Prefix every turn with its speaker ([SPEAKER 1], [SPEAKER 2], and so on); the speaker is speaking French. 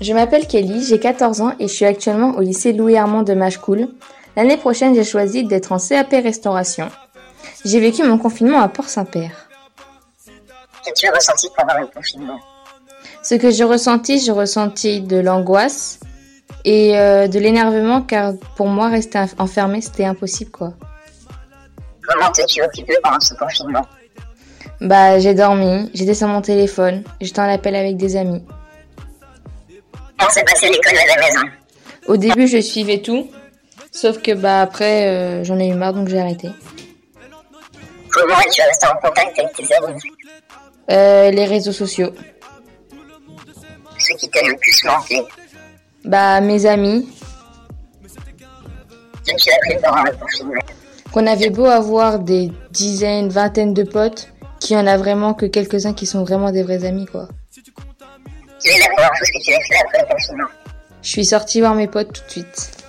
[SPEAKER 1] Je m'appelle Kelly, j'ai 14 ans et je suis actuellement au lycée Louis-Armand de Machecoul. L'année prochaine, j'ai choisi d'être en CAP restauration. J'ai vécu mon confinement à Port-Saint-Père.
[SPEAKER 2] Qu'as-tu ressenti pendant le confinement
[SPEAKER 1] Ce que j'ai ressenti, j'ai ressenti de l'angoisse et euh, de l'énervement car pour moi, rester inf- enfermé, c'était impossible quoi.
[SPEAKER 2] Comment t'es-tu occupé pendant ce confinement
[SPEAKER 1] Bah, j'ai dormi, j'étais sur mon téléphone, j'étais en appel avec des amis.
[SPEAKER 2] Comment s'est passée l'école à la maison
[SPEAKER 1] Au début, je suivais tout, sauf que bah après, euh, j'en ai eu marre donc j'ai arrêté.
[SPEAKER 2] Comment es-tu resté en contact avec tes amis
[SPEAKER 1] Euh, les réseaux sociaux.
[SPEAKER 2] Ceux qui t'ont le plus manqué
[SPEAKER 1] Bah, mes amis,
[SPEAKER 2] Qu'as-tu appris pendant le confinement
[SPEAKER 1] qu'on avait beau avoir des dizaines, vingtaines de potes, qu'il y en a vraiment que quelques-uns qui sont vraiment des vrais amis, quoi.
[SPEAKER 2] Quelle est la meilleure chose que tu as fait après le confinement
[SPEAKER 1] Je suis sortie voir mes potes tout de suite.